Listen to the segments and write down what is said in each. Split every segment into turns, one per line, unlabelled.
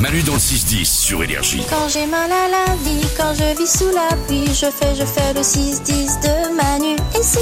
Manu dans le 6-10 sur Énergie.
Quand j'ai mal à la vie, quand je vis sous la pluie, je fais, je fais le 6-10 de Manu. Et c'est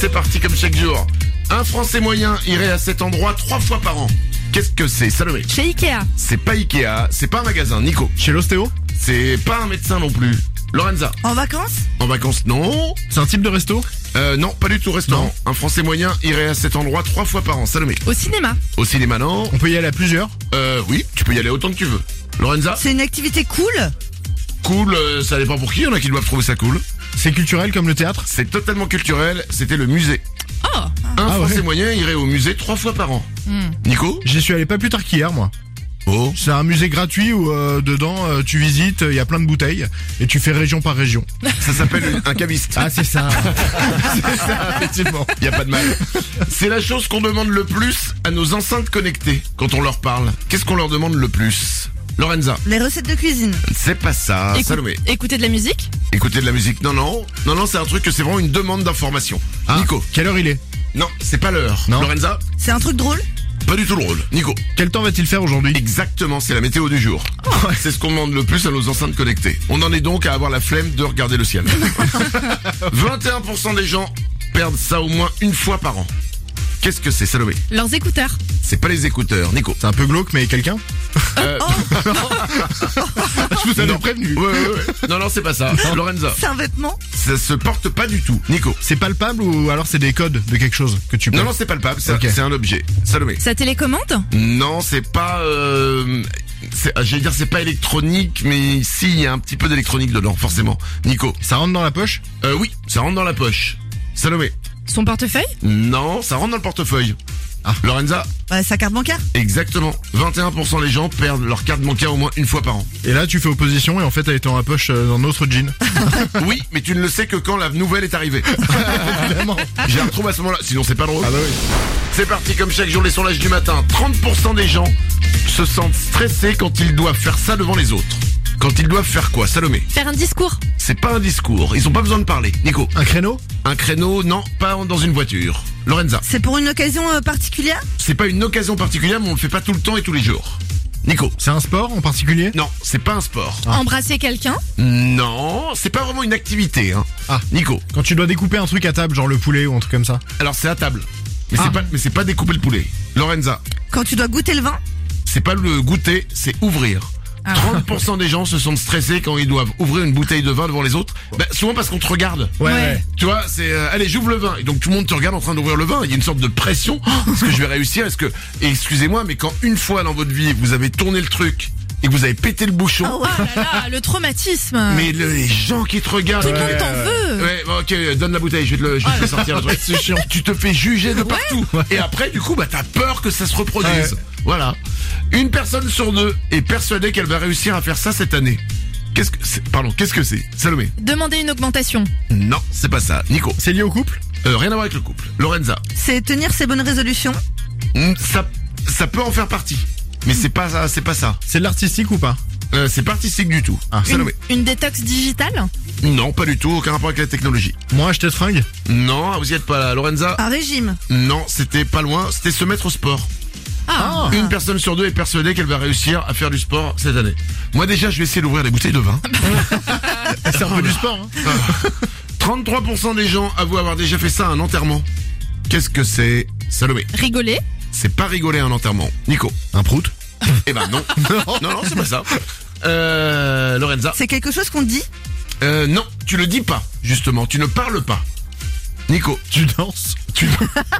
C'est parti comme chaque jour. Un Français moyen irait à cet endroit trois fois par an. Qu'est-ce que c'est, Salomé
Chez Ikea.
C'est pas Ikea, c'est pas un magasin, Nico.
Chez l'ostéo
C'est pas un médecin non plus. Lorenza,
En vacances
en vacances, non
C'est un type de resto
Euh, non, pas du tout restaurant. Un Français moyen irait à cet endroit trois fois par an. Salomé,
Au cinéma.
au cinéma, non
On peut y aller à plusieurs
Euh, oui, tu peux y aller autant que tu veux. Lorenza,
C'est une activité cool
cool, euh, ça dépend pour qui, il y en a qui doivent trouver ça cool.
C'est culturel comme le théâtre
C'est totalement culturel, c'était le musée.
Oh
Un
Ah
Français
ouais.
moyen irait au musée trois fois par an. Nico
J'y suis allé pas plus tard qu'hier moi.
Oh.
C'est un musée gratuit où euh, dedans euh, tu visites, il y a plein de bouteilles et tu fais région par région.
Ça s'appelle une- un caviste.
Ah c'est ça. c'est ça effectivement.
Y a pas de mal. C'est la chose qu'on demande le plus à nos enceintes connectées quand on leur parle. Qu'est-ce qu'on leur demande le plus Lorenza,
Les recettes de cuisine.
c'est pas ça.
Écoute-
Salomé,
Écouter de la musique
écoutez de la musique. Non, non, non, non, c'est un truc que c'est vraiment une demande d'information.
Ah,
Nico,
Quelle heure il est
non, c'est pas l'heure.
Non.
Lorenza,
C'est un truc drôle
pas du tout le rôle. Nico,
Quel temps va-t-il faire aujourd'hui
exactement, c'est la météo du jour. C'est ce qu'on demande le plus à nos enceintes connectées. On en est donc à avoir la flemme de regarder le ciel. 21% des gens perdent ça au moins une fois par an. Qu'est-ce que c'est, Salomé
Leurs écouteurs.
C'est pas les écouteurs, Nico.
C'est un peu glauque mais quelqu'un
Euh,
oh. Je vous
Non. Ouais, ouais, ouais. Non, non, c'est pas ça. Lorenza,
C'est un vêtement
ça se porte pas du tout. Nico.
C'est palpable ou alors c'est des codes de quelque chose que tu peux
Non, non, c'est palpable. C'est
Ok.
c'est un objet. Salomé.
Sa télécommande
Non, c'est pas. Euh, c'est- J'allais dire, c'est pas électronique, mais si, il y a un petit peu d'électronique dedans, forcément. Nico.
Ça rentre dans la poche
Euh, oui, ça rentre dans la poche. Salomé.
Son portefeuille
Non, ça rentre dans le portefeuille.
Ah.
Lorenza,
Bah, Sa carte bancaire
exactement. 21% des gens perdent leur carte bancaire au moins une fois par an.
Et là tu fais opposition et en fait elle était dans la poche euh, d'un autre jean.
Oui, mais tu ne le sais que quand la nouvelle est arrivée.
Évidemment.
Je la retrouve à ce moment-là, sinon c'est pas drôle.
Ah bah oui.
C'est parti comme chaque jour les sondages du matin. 30% des gens se sentent stressés quand ils doivent faire ça devant les autres. Quand ils doivent faire quoi, Salomé
Faire un discours
C'est pas un discours, ils ont pas besoin de parler. Nico,
Un créneau
un créneau, non, pas dans une voiture. Lorenza,
C'est pour une occasion euh, particulière
c'est pas une occasion particulière, mais on le fait pas tout le temps et tous les jours. Nico,
C'est un sport en particulier
non, c'est pas un sport.
Ah. Embrasser quelqu'un
Non, c'est pas vraiment une activité. Hein.
Ah.
Nico,
Quand tu dois découper un truc à table, genre le poulet ou un truc comme ça.
alors c'est à table. Mais
Ah.
c'est pas, mais c'est pas découper le poulet. Lorenza,
Quand tu dois goûter le vin
c'est pas le goûter, c'est ouvrir.
Ah.
30% des gens se sentent stressés quand ils doivent ouvrir une bouteille de vin devant les autres. Bah, souvent parce qu'on te regarde.
Ouais.
Tu vois, c'est euh, allez, j'ouvre le vin. Et donc tout le monde te regarde en train d'ouvrir le vin. Il y a une sorte de pression. Oh, Est-ce que je vais réussir Est-ce que et excusez-moi, mais quand une fois dans votre vie vous avez tourné le truc et que vous avez pété le bouchon,
Oh là là, le traumatisme
mais le- les gens qui te regardent.
Mm.
euh,
Tout le monde t'en
ouais.
veut Ah.
Ouais, bah, ok, euh, donne la bouteille, je vais te, le, je vais te sortir le truc. C'est chiant. Tu te fais juger de partout. Et après, du coup, bah, t'as peur que ça se reproduise.
Ouais.
Voilà. Une personne sur deux est persuadée qu'elle va réussir à faire ça cette année. Qu'est-ce que c'est Pardon, qu'est-ce que c'est Salomé
Demander une augmentation.
Non, c'est pas ça. Nico
C'est lié au couple
Euh, Rien à voir avec le couple. Lorenza
C'est tenir ses bonnes résolutions
Hmm, Ça, ça peut en faire partie. Mais c'est pas ça, c'est pas ça.
C'est de l'artistique ou pas
Euh, c'est pas artistique du tout.
Ah.
Une,
Salomé
une détox digitale
Non, pas du tout, aucun rapport avec la technologie.
Moi, acheter de fringues
Non, ah, vous y êtes pas là. Lorenza
Un régime
Non, c'était pas loin, c'était se mettre au sport.
Ah,
Une personne sur deux est persuadée qu'elle va réussir à faire du sport cette année. Moi déjà, je vais essayer d'ouvrir des bouteilles de vin.
C'est un peu du sport. hein.
33% des gens avouent avoir déjà fait ça à un enterrement. Qu'est-ce que c'est Salomé,
rigoler
c'est pas rigoler à un enterrement. Nico
Un prout
Eh ben non. non, non, c'est pas ça. Euh, Lorenza
C'est quelque chose qu'on dit
euh, Non, tu le dis pas, justement. Tu ne parles pas. Nico
Tu danses Tu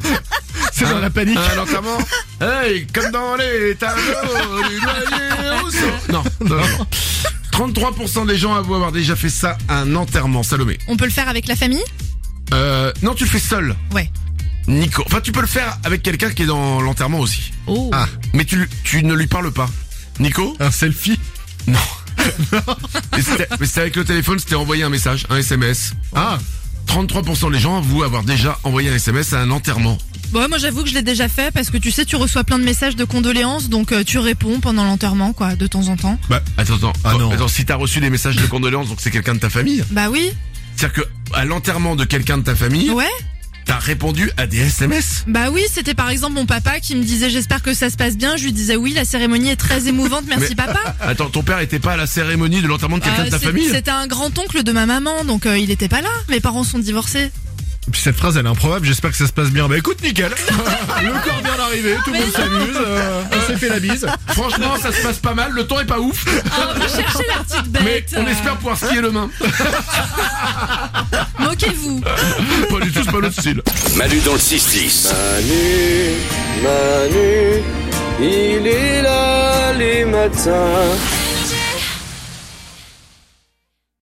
C'est dans la panique.
À l'enterrement Hein, Hey, comme dans les tableaux du loyer au sol. Non, non, non. 33% des gens avouent avoir déjà fait ça à un enterrement, Salomé.
On peut le faire avec la famille
Euh, non, tu le fais seul,
Ouais.
Nico. Enfin, tu peux le faire avec quelqu'un qui est dans l'enterrement aussi.
Oh.
Ah, mais tu, tu ne lui parles pas. Nico
Un selfie
Non. Mais c'était- mais c'était avec le téléphone, c'était envoyer un message, un SMS.
Ah
33% des gens avouent avoir déjà envoyé un SMS à un enterrement.
Bon, moi j'avoue que je l'ai déjà fait parce que tu sais, tu reçois plein de messages de condoléances, donc euh, tu réponds pendant l'enterrement, quoi, de temps en temps.
Bah, attends, attends.
Ah non.
Attends, si t'as reçu des messages de condoléances, donc c'est quelqu'un de ta famille.
Bah oui,
C'est-à-dire que à l'enterrement de quelqu'un de ta famille,
ouais.
T'as répondu à des SMS
Bah oui, c'était par exemple mon papa qui me disait j'espère que ça se passe bien. Je lui disais oui, la cérémonie est très émouvante, merci
Mais-
papa.
Attends, ton père était pas à la cérémonie de l'enterrement de quelqu'un
Euh,
de ta
c'est-
famille
C'était un grand-oncle de ma maman, donc euh, il était pas là. Mes parents sont divorcés.
Puis cette phrase, elle est improbable. J'espère que ça se passe bien. Bah écoute, nickel. le corps vient d'arriver, tout le monde s'amuse. euh, on s'est fait la bise.
Franchement, ça se passe pas mal, le temps est pas ouf,
Ah, vous cherchez la petite
mais
bête.
on
euh,
espère pouvoir skier demain.
Moquez-vous.
Pas du tout, c'est pas notre style.
Manu dans le 6-10.
Manu, Manu, il est là les matins.